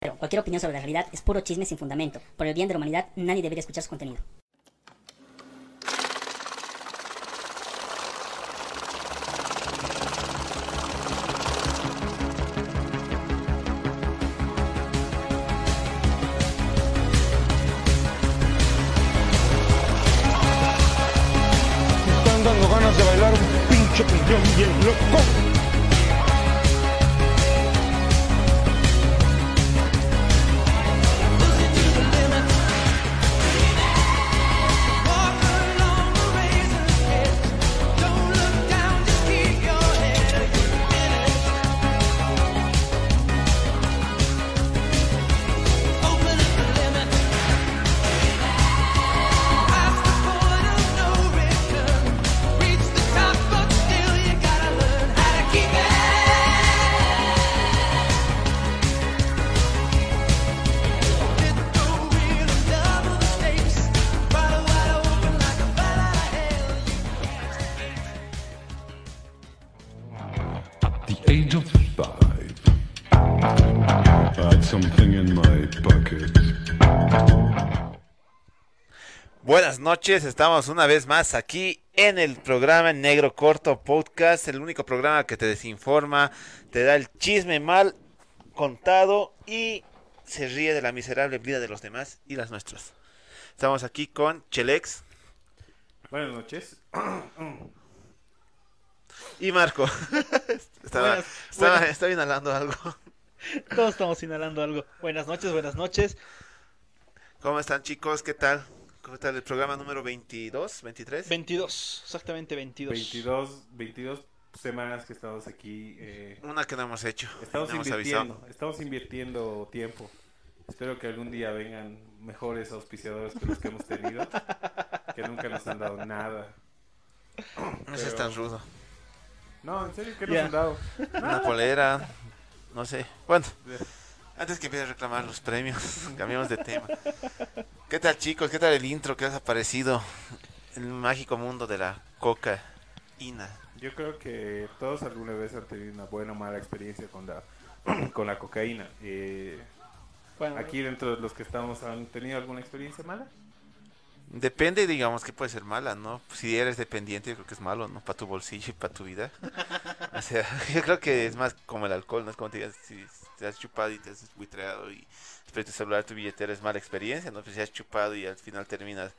Pero cualquier opinión sobre la realidad es puro chisme sin fundamento. Por el bien de la humanidad, nadie debería escuchar su contenido. están dando ganas de bailar un pinche piñón bien loco. the age of five, I had something in my pocket. Buenas noches, estamos una vez más aquí en el programa Negro Corto Podcast, el único programa que te desinforma, te da el chisme mal contado y se ríe de la miserable vida de los demás y las nuestras. Estamos aquí con Chelex Buenas noches. y Marco. estaba, Buenas, estaba- buenas. estaba inhalando algo. Todos estamos inhalando algo. Buenas noches, buenas noches. ¿Cómo están chicos? ¿Qué tal? ¿Cómo tal el programa número 22, 23? 22, exactamente 22. 22, 22 semanas que estamos aquí. eh, Una que no hemos hecho. estamos no hemos avisado. invirtiendo. Estamos invirtiendo tiempo. Espero que algún día vengan mejores auspiciadores que los que hemos tenido. que nunca nos han dado nada. No seas pero- tan rudo. No, en serio, ¿qué nos Ya. han dado? Una polera, no sé. Bueno, antes que empiece a reclamar los premios, cambiamos de tema. ¿Qué tal chicos? ¿Qué tal el intro? ¿Qué has aparecido? El mágico mundo de la coca ina. Yo creo que todos alguna vez han tenido una buena o mala experiencia con la, con la cocaína. Eh, Bueno, aquí dentro de los que estamos, ¿han tenido alguna experiencia mala? Depende, digamos, que puede ser mala, ¿no? Si eres dependiente, yo creo que es malo, ¿no? Para tu bolsillo y para tu vida. O sea, yo creo que es más como el alcohol, ¿no? Es como te digas, si te has chupado y te has buitreado y después tu celular, tu billetera es mala experiencia, ¿no? Pues si has chupado y al final terminas,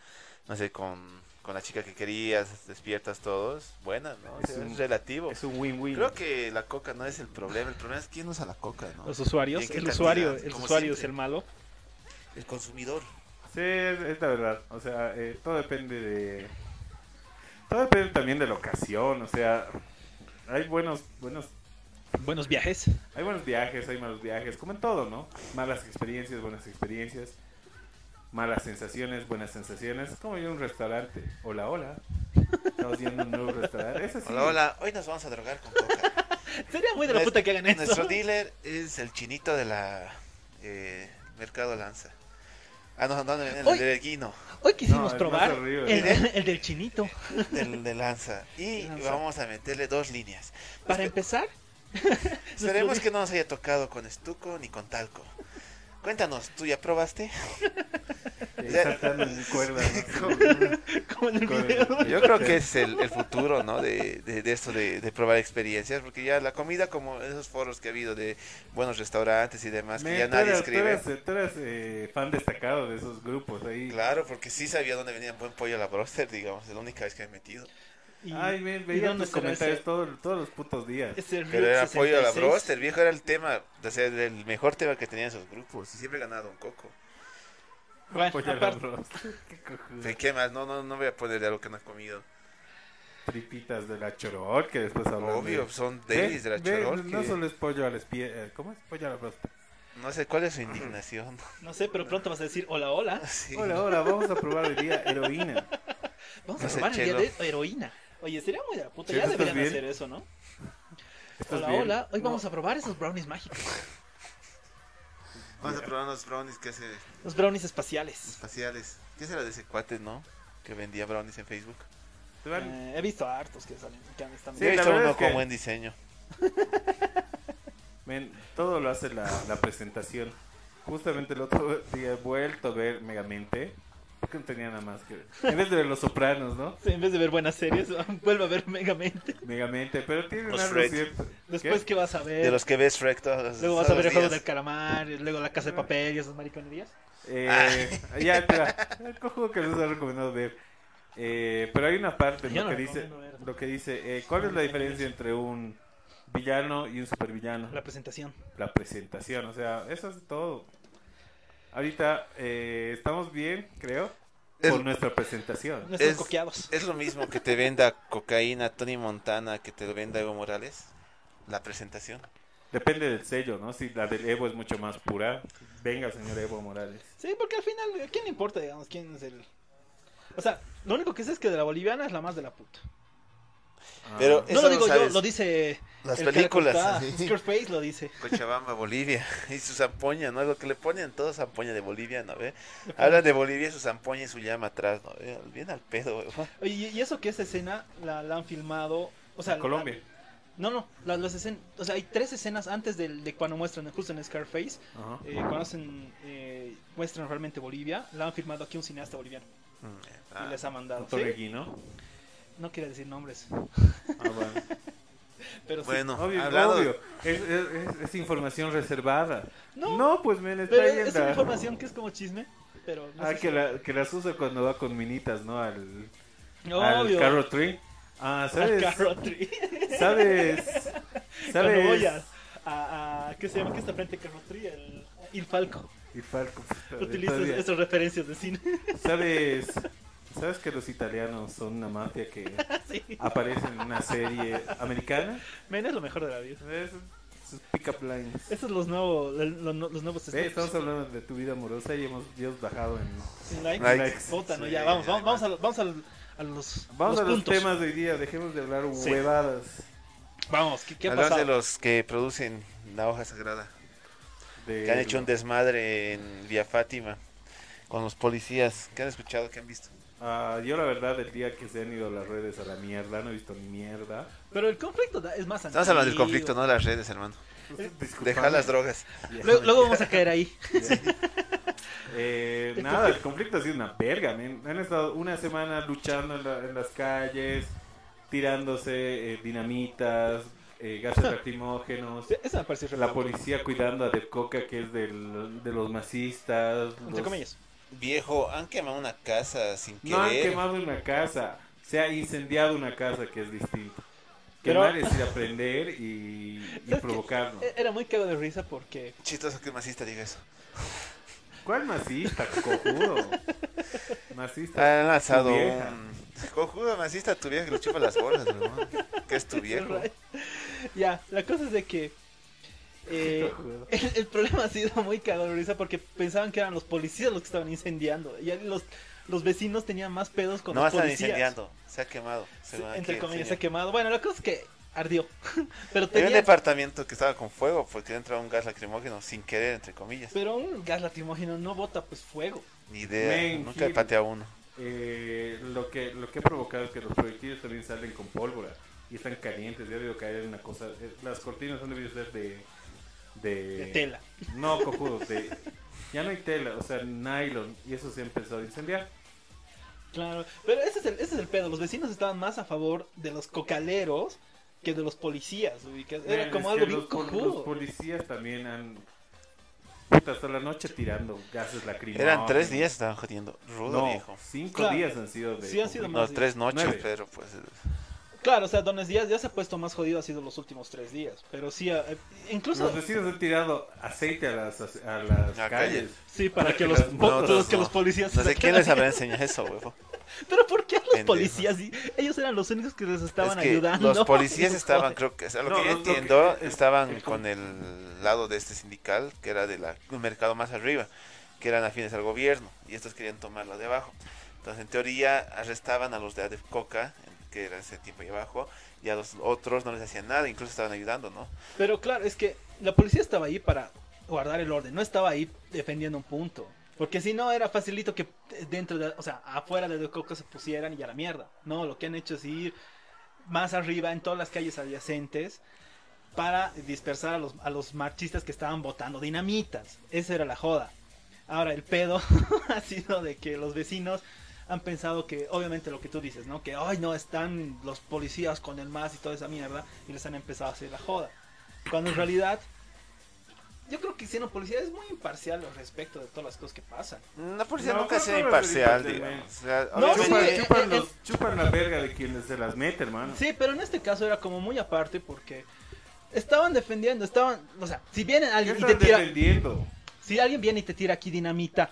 no sé, con, con la chica que querías, despiertas todos, buena, ¿no? O Es sea, Es, un- relativo. Es un win-win. Creo que la coca no es el problema, el problema es quién usa la coca, ¿no? los usuarios, ¿en qué el cantidad? usuario, el Como usuario siempre. es el malo. El consumidor. Sí, es, es la verdad. O sea, eh, todo depende de. Todo depende también de la ocasión. O sea, hay buenos, buenos, Buenos viajes. hay buenos viajes, hay malos viajes, como en todo, ¿no? Malas experiencias, buenas experiencias, malas sensaciones, buenas sensaciones. Es como ir a un restaurante. Hola, hola. Estamos yendo a un nuevo restaurante. Eso sí. Hola, hola, hoy nos vamos a drogar con coca. Sería muy de la Nues- puta que hagan eso. Nuestro dealer es el chinito de la eh, Mercado Lanza. Ah, no, no, el, el Hoy- del Guino, Hoy quisimos No, es probar más horrible. el, de- el del chinito. del de Lanza. Y Lanza. vamos a meterle dos líneas. Para empezar, Esperemos que no nos haya tocado con estuco ni con talco. Cuéntanos, ¿tú ya probaste? Eh, saltando en cuerdas, ¿no? como en el Con el- video. Yo creo que es el, el futuro, ¿no? De, de, de esto de, de probar experiencias, porque ya la comida, como esos foros que ha habido de buenos restaurantes y demás, que Me- ya tú nadie eras- tú escribe. eras- Tú eras eh, fan destacado de esos grupos ahí. Claro, porque sí sabía dónde venía buen pollo a la broster, digamos, es la única vez que me he metido. Y- Ay, men, ¿y veía dónde tus será comentarios ese- todo- todos los putos días. ese Route Pero era apoyo a la 66? broster, viejo, era el tema, o sea, el mejor tema que tenían esos grupos. Y siempre ganaba Don Coco. Bueno, Pollo a la aparte, broster. Qué cojudo. ¿De ¿Qué más? No, no, no voy a poner de algo que no he comido. Tripitas de la chorol, que después hablamos. Obvio, de- son delis de la Ve, ve, Chorol. No que- solo es pollo a las pies. ¿Cómo es pollo a la broster? No sé cuál es su indignación. no sé, pero pronto vas a decir hola, hola. Sí. Hola, hola, vamos a probar hoy día heroína. Vamos No a sé, probar el día Chelo. de heroína. Oye, sería muy de la puta. Chelo, Ya ¿estás deberían bien? hacer eso, ¿no? ¿Estás Hola, bien? hola. Hoy No, vamos a probar esos brownies mágicos. Vamos a probar unos brownies que hace Los brownies espaciales. espaciales. ¿Qué será de ese cuate, no? Que vendía brownies en Facebook. te van- Eh, he visto hartos que salen. Que están Sí, Yo he la visto verdad uno es con que- buen diseño. men, todo lo hace la, la presentación. Justamente el otro día he vuelto a ver Megamente. Porque no tenía nada más que ver. En vez de ver Los Sopranos, ¿no? En vez de ver buenas series, vuelve a ver Megamente. Megamente, pero tiene Los algo Fred. cierto. Después, ¿qué, vas a Eh, ver? De los que ves Shrek todos Luego vas a todos ver el los juego días. del calamar, y luego la casa de papel y esas mariconerías. Eh, ya, espera. El juego que les he recomendado ver. Eh, pero hay una parte Yo lo no que dice, recomiendo ver. lo que dice eh, ¿cuál es la diferencia entre un villano y un supervillano? La presentación. La presentación, o sea, eso es todo. Ahorita eh, estamos bien, creo, Es- con nuestra presentación. No están Es- coqueados. Es lo mismo que te venda cocaína Tony Montana que te lo venda Evo Morales. La presentación. Depende del sello, ¿no? Si la del Evo es mucho más pura, venga, señor Evo Morales. Sí, porque al final, ¿a quién le importa, digamos, quién es el. O sea, lo único que sé es que de la boliviana es la más de la puta. Ah, Pero No Eso lo lo digo yo, sabes. lo dice. Las el que le películas, contaba, así. Scarface lo dice. Cochabamba, Bolivia. Y su zampoña, ¿no? Lo que le ponen todo zampoña de Bolivia, ¿no ve? Hablan de Bolivia, su zampoña y su llama atrás, ¿no ve? Bien al pedo, weón. Oye, Y, y eso que esa escena la, la han filmado. O sea, la- Colombia. no, no, las, las escenas. O sea, hay tres escenas antes del, de cuando muestran justo en Scarface. Ajá. Eh, cuando hacen, eh, muestran realmente Bolivia. La han filmado aquí un cineasta boliviano. Mm, ah, Ah, y les ha mandado. Otro ¿sí? Guino. No quería decir nombres, Ah, bueno. pero sí. Bueno, Obvio, hablando- obvio. Es, es- es- es información reservada. No. No, pues me la está Pero es viendo. una información que es como chisme. Pero no Ah, sé que, si- la- que las usa cuando va con minitas, ¿no? Al, al Obvio. Carrot Tree. Ah, Al ¿sabes? Carrot Tree. ¿Sabes? Cuando voy ¿Sabes? a, a- a- ¿Qué se llama? ¿Qué está frente a Carrot Tree? El, el Falco. Y Falco, puta, Utilizas todavía. esas referencias de cine. ¿Sabes? ¿Sabes que los italianos son una mafia que sí. aparece en una serie americana? Men, es lo mejor de la vida. Es- Sus pick-up lines. Esos son los nuevos, los, los nuevos Ve, snaps. Estamos hablando de tu vida amorosa y hemos Dios bajado en Sin likes. Likes. Puta, no, Sí, ya, vamos, vamos, ya, vamos, a, lo- vamos a, lo- a los, Vamos los a los puntos. temas de hoy día, dejemos de hablar Sí. huevadas Vamos, ¿qué, qué ha Hablamos pasado? de los que producen la hoja sagrada. de Que han hecho un desmadre en Vía Fátima. Con los policías. ¿Qué han escuchado? ¿Qué han visto? Ah, yo la verdad el día que se han ido las redes a la mierda, no he visto ni mierda. Pero el conflicto da- es más antiguo. Estamos hablando del conflicto, no las redes, hermano. Deja las drogas. Eh, Luego, luego vamos a caer ahí. Eh, nada, el conflicto ha sido una verga, men. Han estado una semana luchando en, la- en las calles, tirándose eh, dinamitas, eh, gases lacrimógenos. Eso me pareció La policía cuidando a Decoca, que es del- de los masistas. Entre los- comillas. Viejo, han quemado una casa sin No han querer. quemado una casa, se ha incendiado una casa que es distinto. Pero- Quemar es ir a prender y, y ¿Sabes qué? provocarnos. E- Era muy cago de risa porque Chistoso que el masista diga eso. ¿Cuál masista, cojudo? Masista. Han lanzado Tu vieja. un... Cojudo masista, tu vieja que le chupa las bolas, hermano. ¿Qué es tu viejo? Ya, la cosa es de que eh, el, el problema ha sido muy cagado de risa porque pensaban que eran los policías los que estaban incendiando. Y ahí los, los vecinos tenían más pedos con No los están policías. incendiando, se ha quemado. Sí, según aquí Entre el comillas, se ha señor. quemado. Bueno, la cosa es que ardió. Pero Había un tenía. departamento que estaba con fuego porque entra un gas lacrimógeno sin querer, entre comillas. Pero un gas lacrimógeno no bota pues fuego. Ni idea, Men, nunca he Gil. pateado uno. Eh, lo, que, lo que ha provocado es que los proyectiles también salen con pólvora y están calientes. Ya ha debido caer en una cosa. eh, Las cortinas han debido ser de. De, De tela. No, cojudo. De, ya no hay tela, o sea, nylon. Y eso se ha empezado a incendiar. Claro. Pero ese es, el, ese es el pedo. Los vecinos estaban más a favor de los cocaleros que de los policías. ubicas. Era Man, como Eh, es algo que bien los, pol- cojudo. los policías también han. Puta, hasta la noche tirando gases lacrimógenos. Eran tres días, estaban jodiendo. Rudo, No, viejo. cinco Claro. días han sido de. Sí, han sido No, más tres noches, Nueve. pero pues. eh, Claro, o sea, Dones Díaz ya se ha puesto más jodido ha sido los últimos tres días. Pero sí, eh, incluso Los vecinos han tirado aceite a las, a las A calles. calles. sí, para que los, po- no, los que no. los policías. No se sé quién quedan- les habrá enseñado eso, huevo. Pero ¿por qué a los Pendejo. policías? Sí, ellos eran los únicos que les Es estaban que ayudando. los policías estaban, creo que, o sea, lo No, que yo no, lo que- entiendo, el- estaban el- con el lado de este sindical, que era del mercado más arriba, que eran afines al gobierno, y estos querían tomarla de abajo. Entonces, en teoría, arrestaban a los de Adepcoca, que era ese tipo ahí abajo, y a los otros no les hacían nada, incluso estaban ayudando, ¿no? Pero claro, es que la policía estaba ahí para guardar el orden, no estaba ahí defendiendo un punto. Porque si no, era facilito que eh, dentro de, o sea, afuera de Coco se pusieran y a la mierda. No, lo que han hecho es ir más arriba en todas las calles adyacentes para dispersar a los, a los marchistas que estaban botando dinamitas. Esa era la joda. Ahora, el pedo ha sido de que los vecinos han pensado que, obviamente, lo que tú dices, ¿no? Que, ay, no, están los policías con el más y toda esa mierda, y les han empezado a hacer la joda. Cuando en realidad, yo creo que siendo policía es muy imparcial al respecto de todas las cosas que pasan. La policía No, nunca creo sea que no imparcial, lo es digamos. O imparcialmente. sea, No, Chupan, sí, obviamente, chupan el- los- chupan la verga de quienes se las mete, hermano. Sí, pero en este caso era como muy aparte porque estaban defendiendo, estaban, o sea, si viene ¿Qué alguien y te están tira, defendiendo? si alguien viene y te tira aquí dinamita,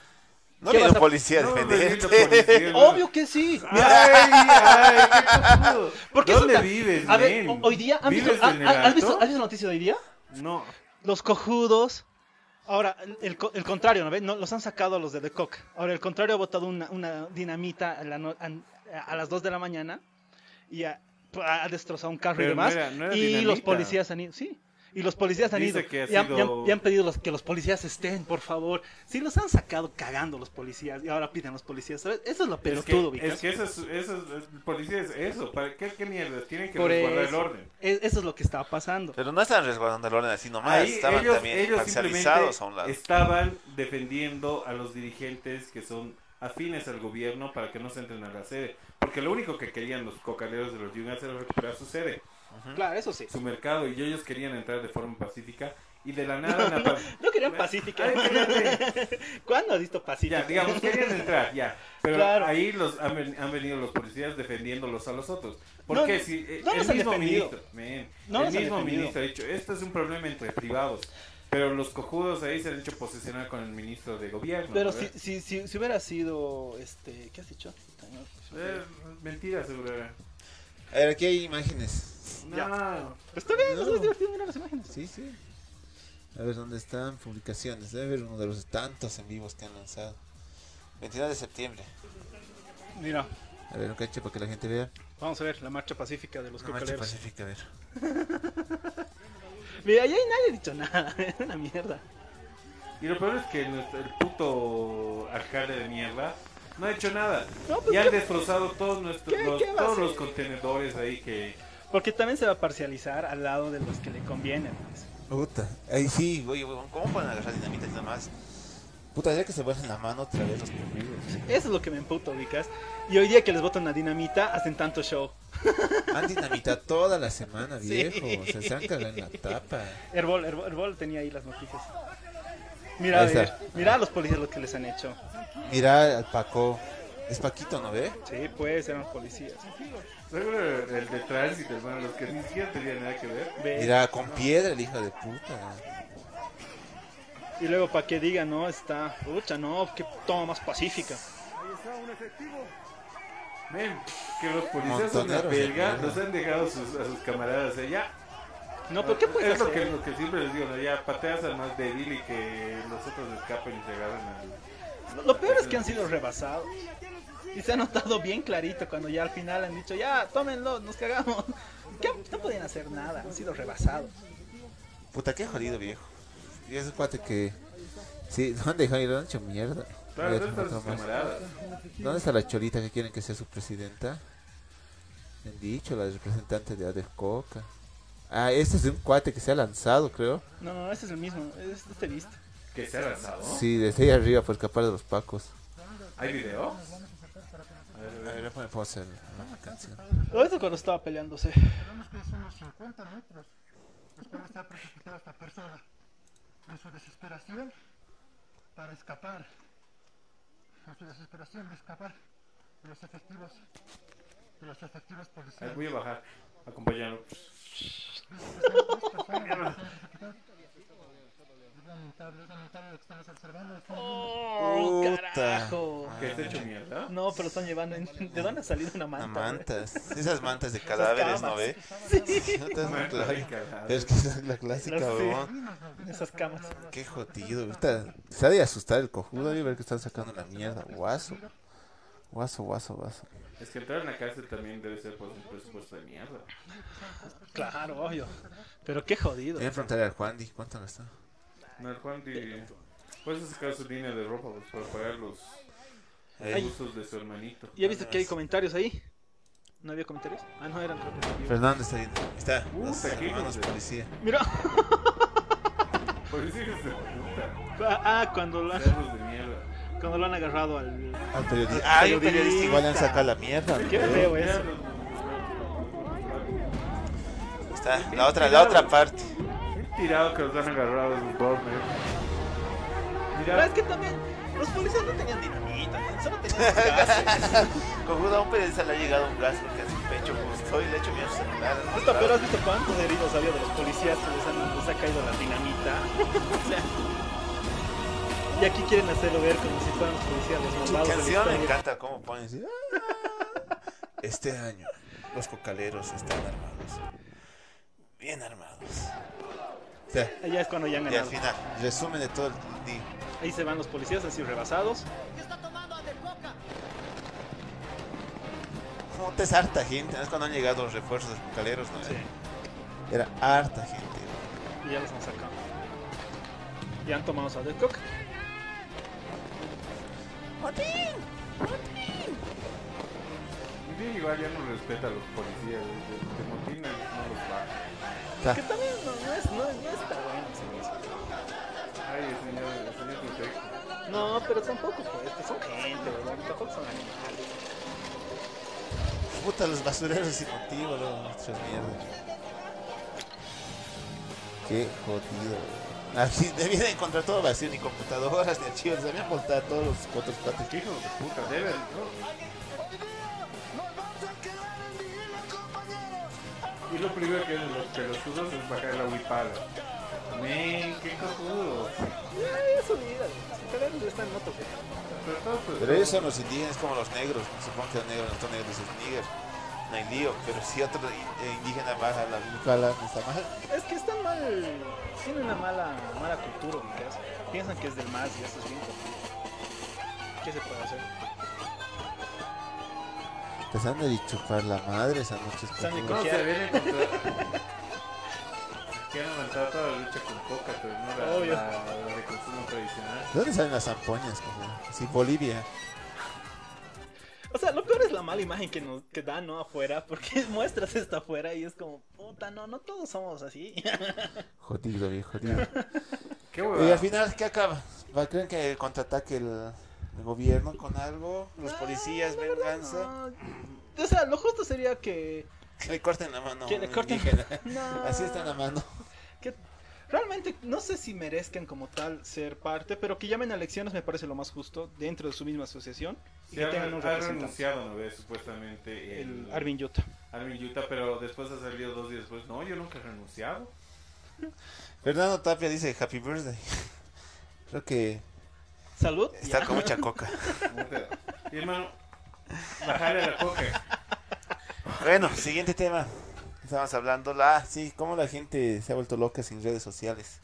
no ¿qué viene un vas a- policía a No, defenderte. bendito policía, hermano. obvio que sí. Ay, ay, qué cojudo. Porque Ah, ¿Dónde eso ta- vives, A ver, men? ho- hoy día, ¿han visto- ¿Vives ha- en el ha- ¿has alto? visto, has visto la noticia de hoy día? No, Los cojudos. Ahora, el- el, co- el contrario, ¿no ves? No, los han sacado los de The Cock. Ahora, el contrario ha botado una, una dinamita a, la no- a- a las 2 de la mañana y ha, ha destrozado un carro Pero y demás. no era- no era y dinamita. los policías han ido, sí. Y los policías han Dice ido que ha y han, y han- sido- y han pedido los- que los policías estén, por favor. Sí, los han sacado cagando los policías y ahora piden los policías, ¿sabes? Eso es lo es pelotudo, que, ubicas. es que eso es, eso es- el policía es eso. ¿Para qué, qué mierda? Tienen que Por resguardar el eso. orden. Es- E, eso es lo que estaba pasando. Pero no estaban resguardando el orden así nomás, Ahí estaban ellos, también ellos parcializados a un lado. simplemente estaban defendiendo a los dirigentes que son afines al gobierno para que no se entren a la sede. Porque lo único que querían los cocaleros de los Yungas era recuperar su sede, Claro, eso sí. su mercado, y ellos querían entrar de forma pacífica. Y de la nada... una pa- No querían Pacífica. Ay, espérate. ¿Cuándo has visto Pacífica? Ya, digamos, querían entrar, ya. Pero Claro. ahí los han, ven- han venido los policías defendiéndolos a los otros. ¿Por No, qué? no, Si eh, no los el han mismo defendido. ministro, men, No el los han mismo defendido. ministro ha dicho, esto es un problema entre privados. Pero los cojudos ahí se han hecho posesionar con el ministro de gobierno. Pero si, ¿verdad? si, si, si hubiera sido, este, ¿qué has dicho? Puta, no, pues, Eh, mentira, seguro. era. A ver, aquí hay imágenes. No. pero Pues Está bien, No. es divertido mirar las imágenes. Sí, sí. A ver, ¿dónde están? Publicaciones. Debe haber uno de los tantos en vivos que han lanzado. 29 de septiembre. Mira, A ver, un cacho para que la gente vea. vamos a ver la marcha pacífica de los No marcha cocaleros. pacífica, a ver. Mira, ya ahí nadie ha dicho nada, una mierda. Y lo peor es que nuestro- el puto alcalde de mierda no ha hecho nada. No, pues, y han ¿qué- destrozado todos, nuestros, qué- los- qué va a todos los hacer? contenedores ahí que... Porque también se va a parcializar al lado de los que le convienen. pues. Puta, ahí sí, Oye, huevón, ¿cómo pueden agarrar dinamita y nada más? Puta, ya que se vuelven la mano otra vez los conmigo. Eso es lo que me emputo, ubicas. Y hoy día que les botan una dinamita, hacen tanto show. Han dinamitado toda la semana, viejo. O sea, se han cagado en la tapa. Herbol, Herbol, Herbol tenía ahí las noticias. Mira, a Ahí ver, está. mira a los policías lo que les han hecho. Mira al Paco. Es Paquito, ¿no ve? Sí, pues eran los policías. Seguro el de tránsito, hermano, los que ni siquiera tenían nada que ver. Ve. Mira, con piedra el hijo de puta. Y luego para que diga, no, está, pucha, no, qué toma más pacífica. Men, que los policías son una Montoneros de pelga, mierda. los han dejado sus- a sus camaradas allá. No, pero ¿qué puedes es lo que, hacer? lo que siempre les digo, ¿no? ya pateas al más débil y que los otros escapen y se agarren al... Lo, lo peor es que han sido rebasados. Y se ha notado bien clarito cuando ya al final han dicho, ya, tómenlo, nos cagamos. ¿Qué? No podían hacer nada, han sido rebasados. Puta, qué jodido, viejo. Y ese cuate que. Sí, ¿dónde han dejado y lo han hecho mierda? Claro, Voy a no tomar están sus otro más. camaradas. ¿Dónde está la cholita que quieren que sea su presidenta? Me han dicho, la representante de Adecoca. Ah, este es de un cuate que se ha lanzado, creo. No, no, ese es el mismo, es este visto. Que se ha lanzado. Sí, desde ahí arriba por escapar de los pacos. ¿Hay video? A ver, déjame poner Ah, la canción. Todo esto cuando estaba peleándose. Sabemos que son unos 50 metros. Espero estar presenciada esta persona. De su desesperación para escapar. De su desesperación de escapar de los efectivos. De los efectivos Ahí policiales. voy a bajar, acompañarlo. Es lamentable, es lamentable lo que estamos observando. Es un ¡Oh, Puta. carajo! Que está hecho Ah, mierda. No, pero están llevando. en- ¿De dónde ha salido una manta? Las mantas. Esas mantas de cadáveres, ¿no ve? No te Man, has está bien claro. cagado. Pero es que es la clásica, Las- sí. huevón. güey? Esas camas. Qué jodido. Ahorita se ha de asustar el cojudo y ver que están sacando la mierda. Guaso. Guaso, guaso, guaso. Es que entrar en la cárcel también debe ser por un presupuesto de mierda. Claro, obvio. Pero qué jodido. Voy a preguntarle al Juan Di, ¿cuánto gastó? No, el Juan de... Puedes sacar su línea de ropa pues, para pagar los Ey. usos de su hermanito. ¿Ya viste que hay comentarios ahí? ¿No había comentarios? Ah, no, eran representativos. Fernando está ahí. Está. Los Puta, qué hermanos hijos de- policía. Mira, Por eso hijos de Pues, puta. ah, cuando lo, han, Perros de mierda. cuando lo han agarrado al. Al periodista. Ay, un periodista. igual le han sacado la mierda. Qué feo eso. Está. La otra, la otra parte. Qué tirado que los han agarrado los Borner. Pero es Mira, que también los policías no tenían dinamita, solo tenían gases. Cojudo a un periodista le ha llegado un gas porque a su pecho justo y le ha hecho miedo celular. Justo, pero has visto cuántos heridos había de los policías que les, han, les ha caído la dinamita. o sea, y aquí quieren hacerlo ver como si fueran los policías los La malvados. de la canción me historia. encanta cómo ponen. así, "Ah, Este año los cocaleros están armados. Bien armados. O sea, Allá es cuando ya han y al ganado. final, resumen de todo el día. Ahí se van los policías así rebasados. No te es harta gente, ¿no? es cuando han llegado los refuerzos de los cocaleros, ¿no? Sí, Era harta gente. y ya los han sacado. Y han tomado su Cook. un día igual ya no respeta a los policías. güey. Te motinan, no los bajan. Que también no, no es, no, no está bueno. señor. Ay, el señor, el señor perfecto. No, pero tampoco pues, que son gente, ¿verdad? Tampoco son animales. Puta, los basureros sin motivo, luego nuestras mierdas. Qué jodido. güey. Así, debían encontrar todo vacío, ni computadoras, ni archivos, debían voltar todos los otros cuates. Qué hijos de puta, deben, ¿no? Y lo primero que hacen los pelotudos es bajar la huipala. Men, qué cojudo. Ay, eso mira, su cadena está en moto. Pero todo, pues, Pero ellos son los indígenas como los negros. Supongo que los negros no son negros, es nigger. No hay lío, pero si otro in- eh, indígena baja la búcala, no está mal. Es que está mal, tiene una mala, mala cultura, ubicas. Piensan que es del más y eso es bien cojudo. ¿Qué se puede hacer? Te han de chupar la madre esas noches. Están de No, cojudas. se viene contra... Quieren levantar toda la lucha con coca, pero no la, Obvio. la, la de consumo tradicional. ¿De dónde salen las zampoñas? cojudo? Sí, Bolivia. O sea, lo peor es la mala imagen que nos que dan, ¿no? Afuera, porque muestras esto afuera y es como, puta, no, no todos somos así. Jodido, viejo, jodido. Qué Y al huevada. final, ¿qué acaba? ¿Va- ¿Creen que contraataque el, el gobierno con algo? ¿Los policías, La verdad, venganza? no. O sea, lo justo sería que... Que le corten la mano. a Que un le corten- indígena. No. Así está la mano. que realmente no sé si merezcan como tal ser parte, pero que llamen a elecciones me parece lo más justo dentro de su misma asociación y Se que tengan ha, un ha representante. renunciado, ¿no ves? Supuestamente el, El Arvin Yuta. Armin Yuta, pero después ha salido dos días después. No, yo nunca he renunciado. Fernando Tapia dice Happy Birthday. Creo que Salud. Está Ya. con mucha coca. Puta. Y hermano, bajarle la coca. Bueno, siguiente tema. Estábamos hablando la, ah, sí, cómo la gente se ha vuelto loca sin redes sociales.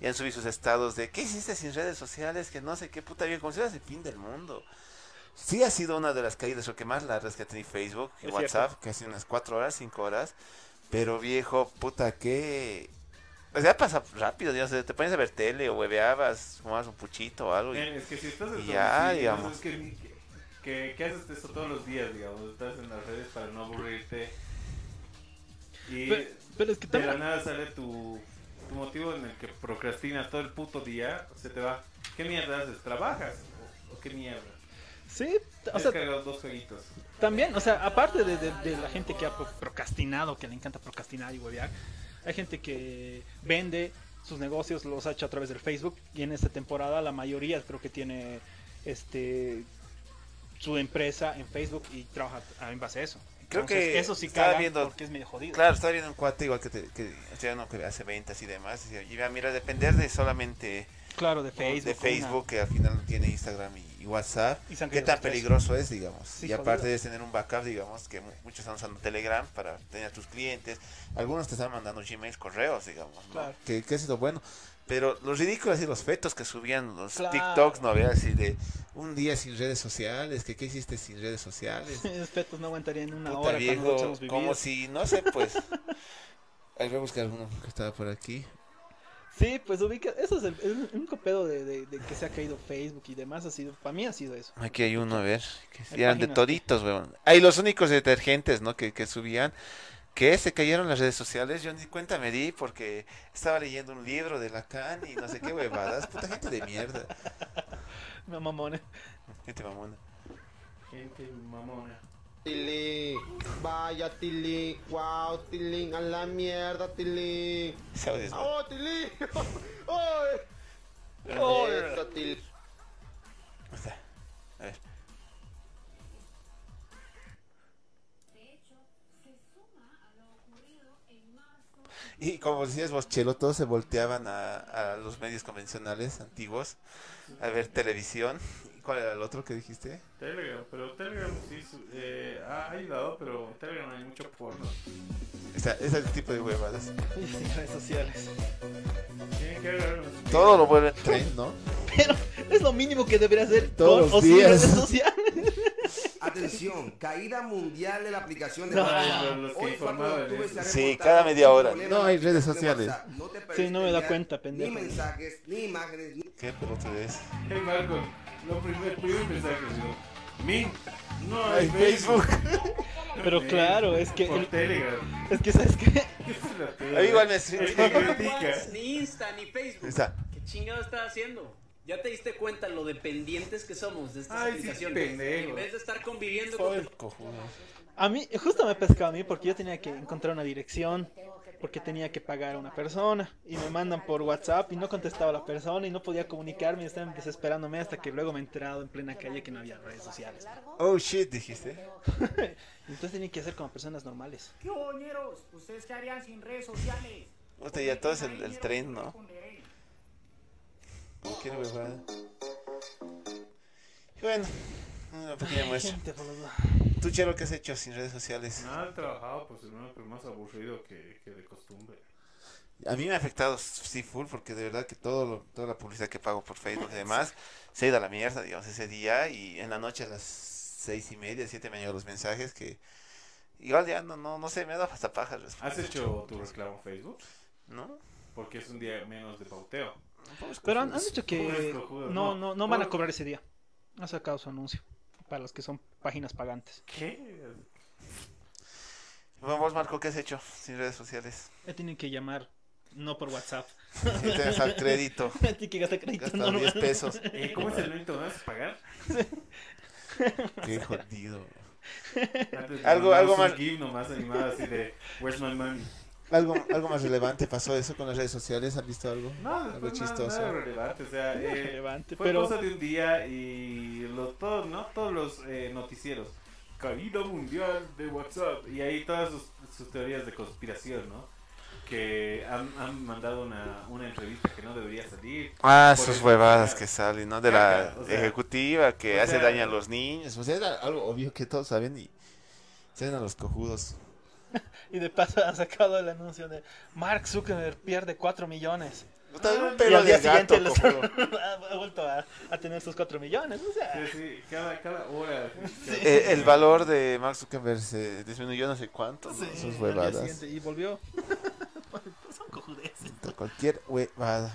Y han subido sus estados de ¿qué hiciste sin redes sociales? Que no sé qué puta bien, como si fueras el fin del mundo. Sí ha sido una de las caídas, lo que más largas que ha tenido Facebook y Es WhatsApp, que ha sido unas cuatro horas, cinco horas. Pero viejo, puta, qué. O sea, pasa rápido, ya sé, te pones a ver tele o hueveabas, fumabas un puchito o algo. y- Eh, es que si estás en Y ya, domicilio, digamos. es que, que, que haces eso todos los días, digamos. Estás en las redes para no aburrirte. Y Pero, pero es que de la también... nada sale tu, tu motivo en el que procrastinas todo el puto día. Se te va. ¿Qué mierda haces? ¿Trabajas? ¿O, o qué mierda? Sí, o Te has sea, cargado dos jueguitos. también, o sea, aparte de, de- de la gente que ha pro- procrastinado, que le encanta procrastinar y huevear, hay gente que vende sus negocios, los ha hecho a través del Facebook y en esta temporada la mayoría creo que tiene este su empresa en Facebook y trabaja a- en base a eso. Creo Entonces, que eso sí estaba caga viendo- porque es medio jodido. Claro, está viendo un cuate igual que, te- que, o sea, no, que hace ventas y demás. Y ya, mira, depender de solamente Claro, de Facebook. de Facebook una- que al final no tiene Instagram y, y WhatsApp. Y se han ¿Qué caído tan los tres. peligroso es, digamos? Sí, y aparte jodido. de tener un backup, digamos, que mu- muchos están usando Telegram para tener a tus clientes. Algunos te están mandando Gmails, correos, digamos. ¿no? Claro. que, que es lo bueno. Pero los ridículos y los fetos que subían los Claro. TikToks, ¿no? veas Así de, Un día sin redes sociales, que qué hiciste sin redes sociales. Los fetos no aguantarían una puta hora cuando los viejo, hemos vivido. como si, no sé, pues. Ahí voy a buscar alguno que estaba por aquí. Sí, pues ubica. Eso es el, el único pedo de, de- de que se ha caído Facebook y demás. Ha sido, para mí ha sido eso. Aquí hay uno, a ver. Que sí Hay eran páginas de que- toditos, weón. Hay los únicos detergentes, ¿no? Que, que subían. Que se cayeron las redes sociales. Yo ni cuenta me di porque estaba leyendo un libro de Lacan y no sé qué huevadas. Puta gente de mierda. No mamones. Gente mamona. Gente mamona. Tilín, vaya Tilín, wow Tilín, a la mierda Tilín. Ese audio es malo. ¡Oh, Tilín! ¡Oh! ¡Oh! Eso, Tilín. O sea, A ver. Y como decías vos, Chelo, todos se volteaban a, a los medios convencionales antiguos, a ver televisión. ¿Y ¿Cuál era el otro que dijiste? Telegram, pero Telegram sí su- eh, ha ayudado, pero Telegram hay mucho porno. Esa- ese es el tipo de huevadas. redes sociales. Tienen que agarrar los- Todo lo vuelven tren, ¿no? Pero es lo mínimo que debería hacer Todos con o los sin días. redes sociales. Atención, caída mundial de la aplicación de No, WhatsApp. pero los que Hoy fue informaban ¿eh? cuando tuve eso. ese Sí, reportaje cada media hora. de No hay redes WhatsApp. sociales. No te Sí, no me da permites cuenta, pendejo. Ni mensajes, ni imágenes, ni... ¿Qué pelotudez? Hey Marco, lo primer, primer mensaje yo. Min, no hay Ay, Facebook. Eh, Facebook. Pero claro, es que. Por el- Telegram. es que, ¿sabes qué? Ahí igual me escribí. El que critica. Ni Insta, ni Facebook. Esa. ¿Qué chingado estás haciendo? ¿Ya te diste cuenta lo dependientes que somos de estas Ay, sí, aplicaciones? pendejo. en vez de estar conviviendo Todo con el cojudo. A mí, justo me pescaba a mí porque yo tenía que encontrar una dirección, porque tenía que pagar a una persona, y me mandan por WhatsApp y no contestaba la persona y no podía comunicarme y estaban desesperándome hasta que luego me he enterado en plena calle que no había redes sociales. Oh shit, dijiste. Entonces tenía que hacer como personas normales. ¿Qué boñeros? ¿Ustedes qué harían sin redes sociales? Puta, ya todo es el, el tren, ¿no? Qué huevada. Y bueno, una pequeña muestra. Gente, por los dos. ¿Tú, Chelo, qué has hecho sin redes sociales? Nada, he trabajado, pues hermano, pero más aburrido que, que de costumbre. A mí me ha afectado, sí, full, porque de verdad que todo lo- toda la publicidad que pago por Facebook y demás se ha ido a la mierda, digamos, ese día. Y en la noche a las seis y media, siete me han llegado los mensajes que. Igual ya no, no, no sé, me ha dado hasta paja ¿Has hecho tu reclamo en Facebook? ¿No? Porque es un día menos de pauteo. Pero han, han dicho que Pobres cojudos, no, no. no, no van a cobrar ese día. Ha sacado su anuncio para los que son páginas pagantes. ¿Qué? Bueno, vos, Marco, ¿qué has hecho sin redes sociales? Ya tienen que llamar, no por WhatsApp. Si te das al crédito, Tienen que gastar crédito gastas 10 normal. pesos. Eh, ¿Cómo es el momento? ¿No vas a pagar? Qué jodido. Antes Algo- mandabas algo un más- GIF nomás animado así de Where's my money? Algo, algo más relevante pasó eso con las redes sociales. ¿Han visto algo? No, algo pues después nada, chistoso. nada relevante, o sea, eh, Relevante, fue pero- cosa de un día y los todos, ¿no? Todos los eh, noticieros. Caída mundial de WhatsApp. Y ahí todas sus, sus teorías de conspiración, ¿no? Que han, han mandado una, una entrevista que no debería salir. Ah, Por sus el- huevadas que salen, ¿no? De la Ah, Caca, o sea, ejecutiva que o hace sea- daño a los niños. O sea, era algo obvio que todos saben y se dan a los cojudos. Y de paso han sacado el anuncio de Mark Zuckerberg pierde 4 millones. No te dan un Ah, y pelo al día de gato, siguiente les cojudo. ha, ha vuelto a, a tener sus 4 millones. O sea, Sí, sí, cada, cada hora. Eh, El valor de Mark Zuckerberg se disminuyó no sé cuánto. ¿no? sí, Sus al día huevadas. siguiente, y volvió. Son cojudeces. Cualquier huevada.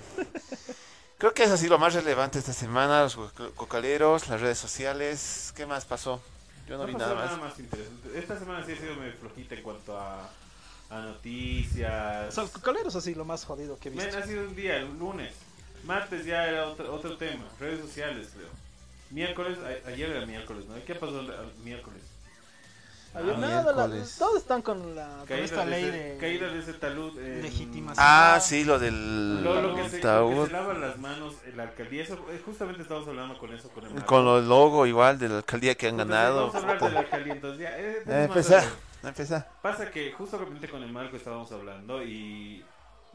Creo que es así lo más relevante esta semana. Los co- cocaleros, las redes sociales. ¿Qué más pasó? Yo no, No vi pasó nada más. interesante. Esta semana sí ha sido medio flojita en cuanto a, a noticias. Son coleros así, lo más jodido que he Men, visto. ha sido un día, el lunes. Martes ya era otro, otro tema, redes sociales, creo. Miércoles, a- ayer era miércoles, ¿no? ¿Y ¿Qué pasó el, el miércoles? Había Ah, nada, la- miércoles. todos están con, la, con Caída esta de, ley ese, de... caída de ese talud. en- legitimación. Ah, sí, lo del Lo, lo que se, lo que ataúd. se lavan las manos en la alcaldía. Eso, eh, justamente estamos hablando con eso, con el Marco. Con lo del logo igual de la alcaldía que han Entonces, ganado. Pues Vamos a hablar de la alcaldía. Entonces, ya, eh, Ya tenemos empezá, algo. ya empezá. Pasa que justo justamente con el Marco estábamos hablando y,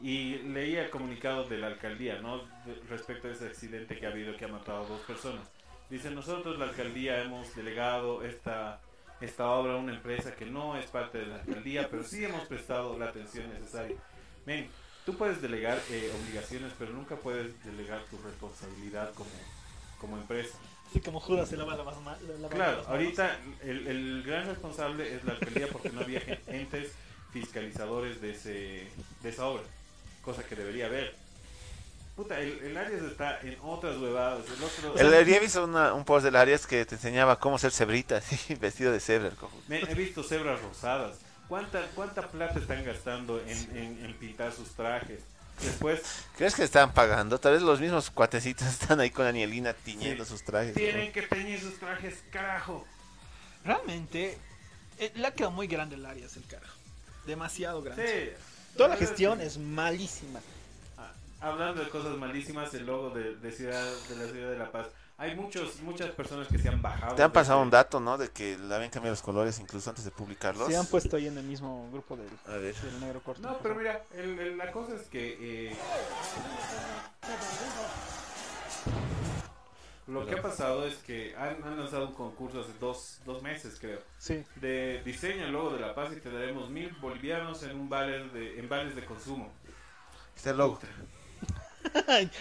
y leía el comunicado de la alcaldía, ¿no? De- respecto a ese accidente que ha habido que ha matado a dos personas. Dice, nosotros la alcaldía hemos delegado esta, esta obra a una empresa que no es parte de la alcaldía, pero sí hemos prestado la atención necesaria. Men, tú puedes delegar eh, obligaciones, pero nunca puedes delegar tu responsabilidad como, como empresa. Sí, como Judas se lava la más mal. la- la- Claro, las manos. ahorita el, el gran responsable es la alcaldía porque no había gen- entes fiscalizadores de, ese, de esa obra, cosa que debería haber. Puta, el, el Arias está en otras huevadas. El otro. El había visto una- un post del Arias que te enseñaba cómo ser cebrita, así, vestido de cebra. el cojudo. Me- he visto cebras rosadas. ¿Cuánta, cuánta plata están gastando en, en- en pintar sus trajes? Después ¿Crees que están pagando? Tal vez los mismos cuatecitos están ahí con Anielina tiñendo sus trajes. tienen que teñir sus trajes, carajo. Realmente, eh, le ha quedado muy grande el Arias, el carajo. Demasiado grande. Sí. Toda la verdad gestión sí. es malísima. Ah, Hablando de cosas malísimas, el logo de, de ciudad, de la ciudad de La Paz. Hay muchos, muchas personas que se han bajado. Te han pasado desde- un dato, ¿no? De que le habían cambiado los colores incluso antes de publicarlos. Se han puesto ahí en el mismo grupo del, A ver. del negro corto. No, pero mira, el- el- la cosa es que eh, lo que ha pasado es que han, han lanzado un concurso hace dos, dos meses, creo, Sí. de diseño el logo de La Paz y te daremos mil bolivianos en un vales de, en vales de consumo. Este logo. Ay,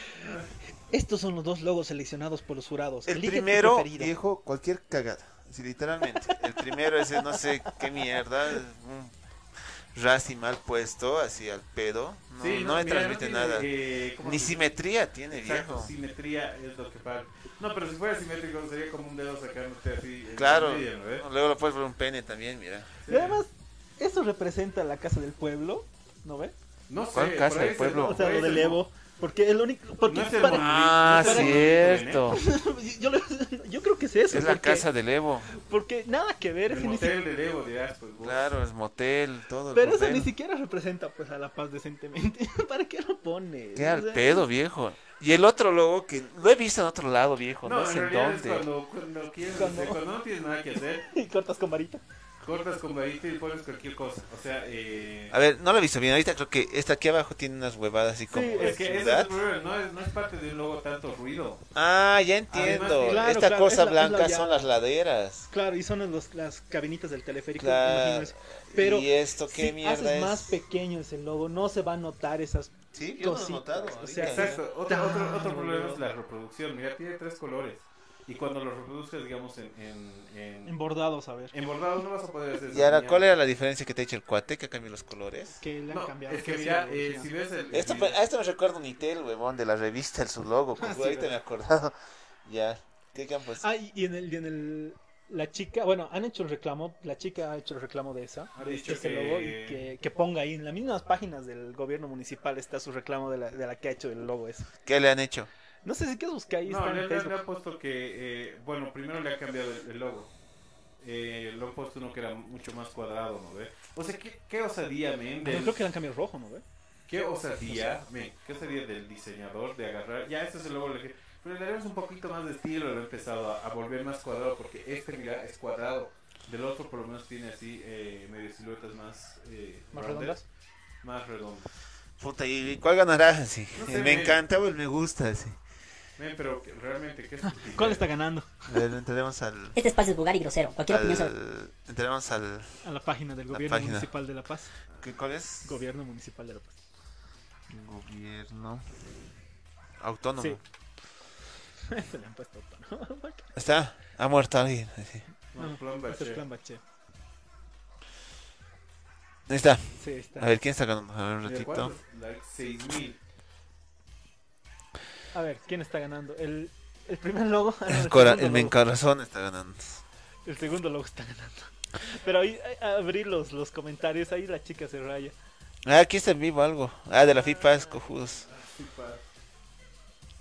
Estos son los dos logos seleccionados por los jurados. El Elige tu primero preferido. dijo cualquier cagada. Sí, literalmente. El primero ese no sé qué mierda. Un rasty mal puesto, así al pedo. No, Sí, no me mira, transmite tiene, nada. eh, ¿cómo Ni se dice? simetría tiene, Exacto, viejo. simetría es lo que falta. No, pero si fuera simétrico sería como un dedo sacándote así. en Claro. el medio, ¿no? ¿Eh? Luego lo puedes poner un pene también, mira. Y además, eso representa la casa del pueblo, ¿no ves? No sé. ¿Cuál por casa ahí del se- pueblo? por O sea, ahí lo se- del Evo. Porque el único. Porque No es el para- Monolito, Ah, Para- cierto. yo, lo- yo creo que es eso. Es la porque, casa del Evo. porque nada que ver. El ni si- motel de Debo dirás, pues. vos. Claro, es motel, todo. pero el eso ni burdel. siquiera representa pues a la paz decentemente. ¿Para qué lo pones? Qué O al sea, pedo, viejo. Y el otro logo que lo he visto en otro lado, viejo. No, No, en sé en realidad es dónde. cuando, cuando, quieres, Cuando- hacer- cuando no tienes nada que hacer, Y cortas con varita. cortas con varita y pones cualquier cosa. O sea, eh, A ver, no lo he visto bien. Ahorita creo que esta aquí abajo tiene unas huevadas así como. es que ese es ciudad. el problema, no es, no es parte de un logo tanto ruido. Ah, ya entiendo. Además, claro, Esta claro, cosa es la- es la blanca llave. son las laderas. Claro, y son los- las cabinitas del teleférico. imagino Claro. eso. Pero ¿Y esto qué si mierda haces es? más pequeño ese logo, no se va a notar esas Sí, yo no lo cositas. he notado. o ahorita. sea, Exacto, otro, otro, otro Ah, problema boludo. es la reproducción. Mira, tiene tres colores. Y cuando los reproduces, digamos, en, en, en, en, embordados, a ver. bordados no vas a poder hacer ¿Y esa ahora mierda. cuál era la diferencia que te ha hecho el cuate que ha cambiado los colores? Que le han No, cambiado. es que Sí, mira, algo, eh, sí. si ves el... Esto, el- pues, a esto me recuerda un Itel, huevón, de la revista, el su logo. pues, Ah, sí, ahorita me he ¿verdad? acordado. Ya. ¿Qué que han puesto? Ah, y y en el, y en el- la chica, bueno, han hecho el reclamo, la chica ha hecho el reclamo de esa, Ha de dicho ese que- logo, y que, que ponga ahí en las mismas páginas del gobierno municipal está su reclamo de la, de la que ha hecho el logo ese. ¿Qué le han hecho? No sé si quieres buscar ahí, No, está en le, le, Facebook. le ha puesto que, eh, bueno, primero le ha cambiado el, el logo. Eh, lo han puesto uno que era mucho más cuadrado, ¿no ve? O sea, qué, qué osadía, men, Yo del- creo que le han cambiado rojo, ¿no? ve? qué osadía, men, qué osadía del diseñador de agarrar, ya este es el logo, le dije, pero le daremos un poquito más de estilo, lo he empezado a, a volver más cuadrado, porque este, mira, es cuadrado. Del otro por lo menos tiene así eh, medio siluetas más... eh, Más grandes, redondas. Más redondas. Puta, ¿y cuál ganará? Sí. No sé, el me güey. encanta o el me gusta, sí. Men, pero que- realmente, ¿qué estupidez. ¿Cuál está ganando? A ver, entremos al. Este espacio es vulgar y grosero. Cualquier opinión sobre... al entremos al. A la página del La gobierno página. municipal de La Paz. ¿qué- ¿Cuál es? Gobierno municipal de La Paz. Gobierno. Autónomo. Sí. Se le han puesto pan. Está. Ha muerto alguien. así. No, plan Ese este es Bachelet. plan bache. Ahí está. Sí, está. A ver, ¿quién está ganando? A ver, un Mira, ratito. ¿cuántos likes? 6000. A ver, ¿quién está ganando? El, el primer logo. Ah, no, El, cora- segundo el me logo. encarazón está ganando. El segundo logo está ganando. Pero ahí a- a abrir los, los comentarios, ahí la chica se raya. Ah, aquí está en vivo algo. Ah, de la FIPAS, cojudos.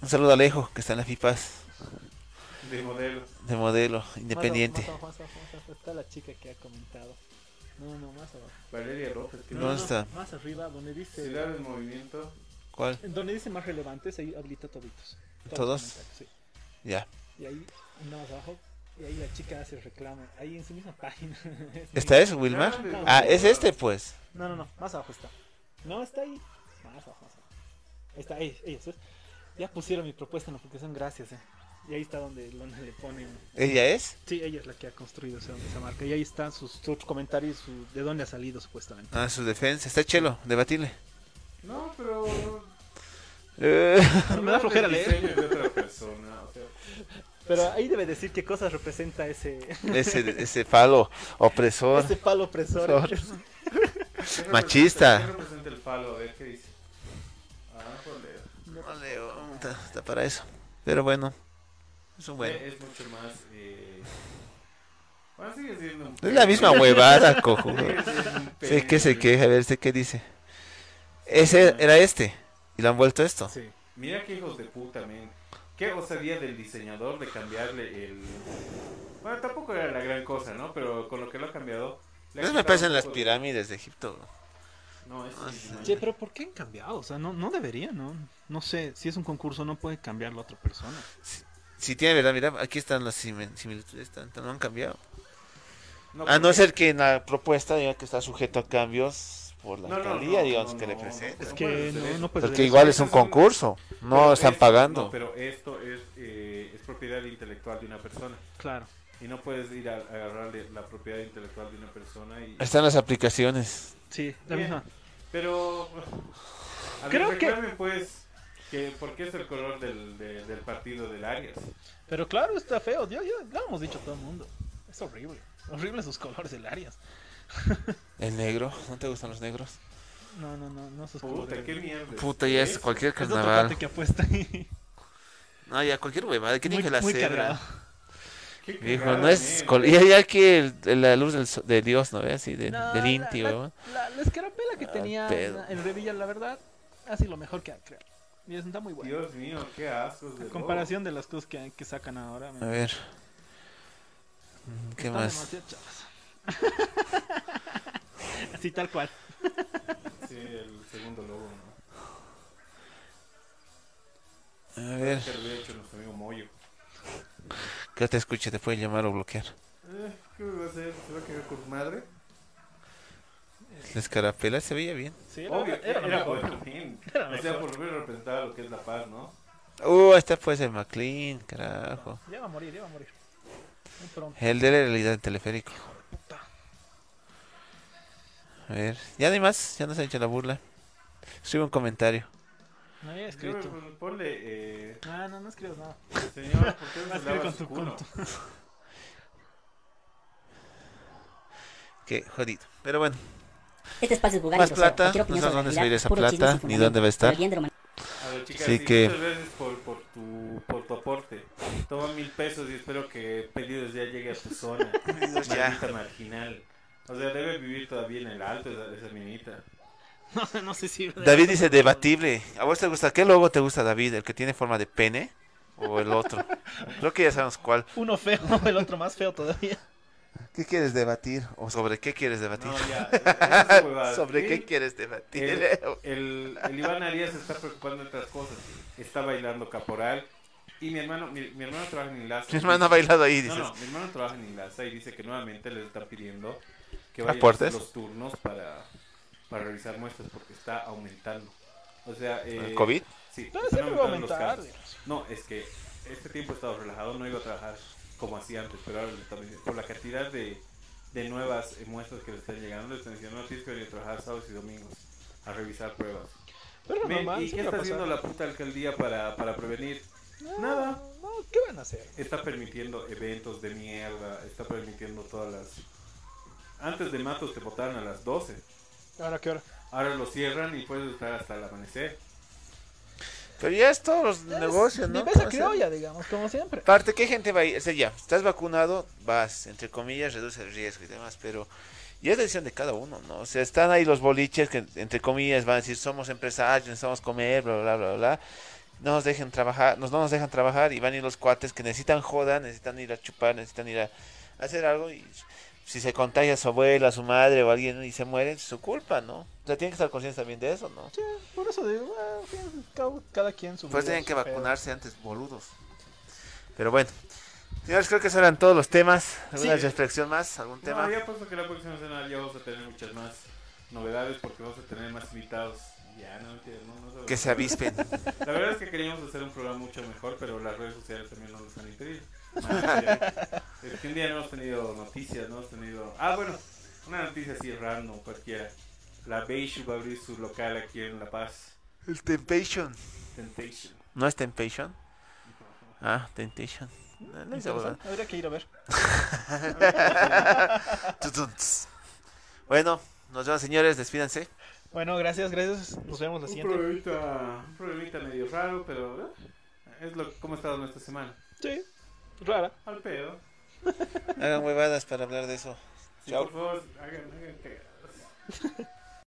Un saludo a Alejo, que está en la FIPAS. de modelo. De modelo, Más abajo, independiente. Más abajo, más abajo, más abajo. Está la chica que ha comentado. No, no, más abajo. Valeria López. que No, ¿Dónde no, no- no, está? Más arriba, donde Si dice. le abres movimiento, ¿Cuál? Donde dice más relevantes, ahí habilita toditos. los ¿Todos? comentarios, sí. Ya. Y ahí, no, más abajo. Y ahí la chica hace el reclamo. Ahí en su misma página. ¿Esta es, Wilmar? Ah, es este, pues. No, no, no, más abajo está. No, está ahí. Más abajo, más abajo. Ahí está, ahí, ahí, eso es. Ya pusieron mi propuesta en la aplicación, gracias, eh. Y ahí está donde, donde le ponen. ¿Ella es? Sí, ella es la que ha construido esa, esa marca. Y ahí están sus, sus comentarios su- de dónde ha salido, supuestamente. Ah, su defensa. Está chelo, debatirle. No, pero. Eh, Ah, Me da flojera El leer. diseño es de otra persona. O sea, Pero ahí debe decir qué cosas representa ese, ese, ese palo opresor. Este ese palo opresor. Por- ¿qué representa- Machista. ¿Qué representa el palo? A ver qué dice. Ah, por leer. No leo, está, está para eso. Pero bueno, es un buen. Es, es mucho más. Eh... Bueno, sigue siendo un Es la misma huevada, cojo. Sigue siendo un Sé que se pedo. queja, a ver, sé qué dice. Ese era este, y lo han vuelto esto. Sí. Mira qué hijos de puta, men. Qué osadía del diseñador de cambiarle el. Bueno, tampoco era la gran cosa, ¿no? Pero con lo que lo ha cambiado. le ha Eso me quitado pasa un en las poco- pirámides de Egipto. No, es. Che, pero ¿por qué han cambiado? O sea, no, no debería, ¿no? No sé, si es un concurso no puede cambiarlo otra persona. Si tiene verdad, mira, aquí están las simi- similitudes, tanto no han cambiado. No, a Ah, no porque- ser que en la propuesta diga que está sujeto a cambios por la No, no, alcaldía, no, digamos, no, que le no, presenta. no Que puede ser no, eso. no pues, puede Porque ser. igual es un Eso es un- concurso, no Pero están es- pagando. no, pero esto es, eh, es propiedad intelectual de una persona. Claro. Y no puedes ir a, a agarrarle la propiedad intelectual de una persona. Y... Están las aplicaciones. Sí, la Bien. misma. Pero. A Creo ver, que- reclamen, pues. Que, ¿Por qué es el color del, del, del partido del Arias? Pero claro, está feo. Ya, ya lo hemos dicho a todo el mundo. Es horrible. Horrible sus colores del Arias. El negro, ¿no te gustan los negros? No, no, no, no sus Puta, colores. qué mierda. Puta, ya es cualquier Es otro cuate carnaval. que apuesta ahí. No, ya cualquier huevada. ¿Qué Muy, dije la muy cebra? cargado. Qué Dijo, cagada, no es. men. col- Ya, ya que el- la luz del, so- de Dios, ¿no? ve? Así, de- No, del la- Inti, la, huevón. la- la escarapela que Al tenía pedo. en Revilla, la verdad, ha sido lo mejor que ha creado. Y eso está muy bueno. Dios mío, qué ascos de En comparación de las cosas que, que sacan ahora. A ver. Mm, ¿Qué están más? demasiado chavas. Así tal cual. lobo. Sí, el segundo lobo, ¿no? A ver. Que lo había hecho nuestro amigo Moyo. Que te escuche, te puede llamar o bloquear. Eh, ¿Qué va a hacer? ¿Se va a quedar con su madre? La escarapela se veía bien. Sí, era, Obvio, era era, lo era mejor. bueno, men. Era lo O sea, mejor. por ver representar lo que es la paz, ¿no? Uh, este puede ser McLean, carajo. Ya va a morir, ya va a morir. Muy pronto. El de la realidad del teleférico. A ver. Ya además, ya nos ha hecho la burla. Escribe un comentario. No había Yo, escrito. pues, Ponle, eh, Ah, no, no escribas nada. señor, ¿por qué no Vas se a ir lava con su tu culo? conto. Qué jodido. Pero bueno. Este espacio es vulgar Más y grosero. plata, Cualquier no opinión sabes sobre dónde la se va a ir realidad, esa puro chisme plata, sin ni dónde va a estar. fundamento, prohibiendo humani- A ver, chicas, Así sí, que- muchas gracias por, por, tu, por tu aporte. Toma mil pesos y espero que pedidos ya llegue a tu zona. Pedidos ya. Maldita marginal. O sea, debe vivir todavía en el alto esa, esa minita. No sé, no sé si. David dice debatible. ¿A vos te gusta? ¿Qué logo te gusta, David? ¿El que tiene forma de pene? ¿O el otro? Creo que ya sabemos cuál. Uno feo, el otro más feo todavía. ¿Qué quieres debatir? ¿O sobre qué quieres debatir? No, Eh, ya. esa es huevada. ¿Sobre qué Sí, quieres debatir? El, el, el Iván Arias se está preocupando de otras cosas. Está bailando caporal. Y mi hermano, mi, mi hermano trabaja en Enlace. Mi hermano ha bailado ahí, No, dices. no, mi hermano trabaja en Enlaza y dice que nuevamente le está pidiendo que vayan ¿Aportes? a hacer los turnos para, para revisar muestras porque está aumentando. O sea, eh, ¿El COVID? Sí, Pero están siempre va a aumentando los aumentar, casos. Dios. No, es que este tiempo he estado relajado, no iba a trabajar como hacía antes, pero ahora le están diciendo, por la cantidad de, de nuevas eh, muestras que le están llegando, le están diciendo, no tienes que venir a trabajar sábados y domingos a revisar pruebas. Pero Ven, normal, ¿Y qué siempre va está a haciendo pasar. la puta alcaldía para, para prevenir? No, Nada No, ¿qué van a hacer? está permitiendo eventos de mierda, está permitiendo todas las... Antes de Matos te votaron a las 12, ¿Ahora qué hora? ahora lo cierran y puedes estar hasta el amanecer. Pero ya es todos los negocios, ¿no? Empieza O sea, criolla, digamos, como siempre. Parte, ¿qué gente va a ir? O sea, ya, estás vacunado, vas, entre comillas, reduce el riesgo y demás, pero ya es decisión de cada uno, ¿no? O sea, están ahí los boliches que, entre comillas, van a decir, somos empresarios, necesitamos comer, bla, bla, bla, bla, bla. No nos dejen trabajar, nos, no nos dejan trabajar y van a ir los cuates que necesitan joda, necesitan ir a chupar, necesitan ir a hacer algo y si se contagia su abuela, su madre o alguien y se mueren, es su culpa, ¿no? O sea, tienen que estar conscientes también de eso, ¿no? Sí, por eso digo, bueno, cada, cada quien su Pues vida, tenían su que pedo. vacunarse antes, boludos. Pero bueno. Señores, creo que esos eran todos los temas. ¿Alguna Sí. reflexión más? ¿Algún tema? No, ya puesto que la próxima semana ya vamos a tener muchas más novedades porque vamos a tener más invitados. Ya, no, mentira, no, no se- Que se avispen. La verdad es que queríamos hacer un programa mucho mejor, pero las redes sociales también no nos han impedido. Más que- es que un día no hemos tenido noticias, no hemos tenido... Ah, bueno, una noticia así random cualquiera. La Beishu va a abrir su local aquí en La Paz. El Temptation. Temptation. ¿No es Temptation? Ah, Temptation. No, no es abogado. Interesante, Habría que ir a ver. Tutuntz. bueno, nos vemos, señores. Despídanse. Bueno, gracias, gracias. Nos vemos la Un siguiente. problemita, un problemita medio raro, pero eh, es lo cómo ha estado nuestra semana. Sí, rara. Al pedo. Hagan huevadas para hablar de eso. Sí, Chao. por favor, hagan, hagan cagadas.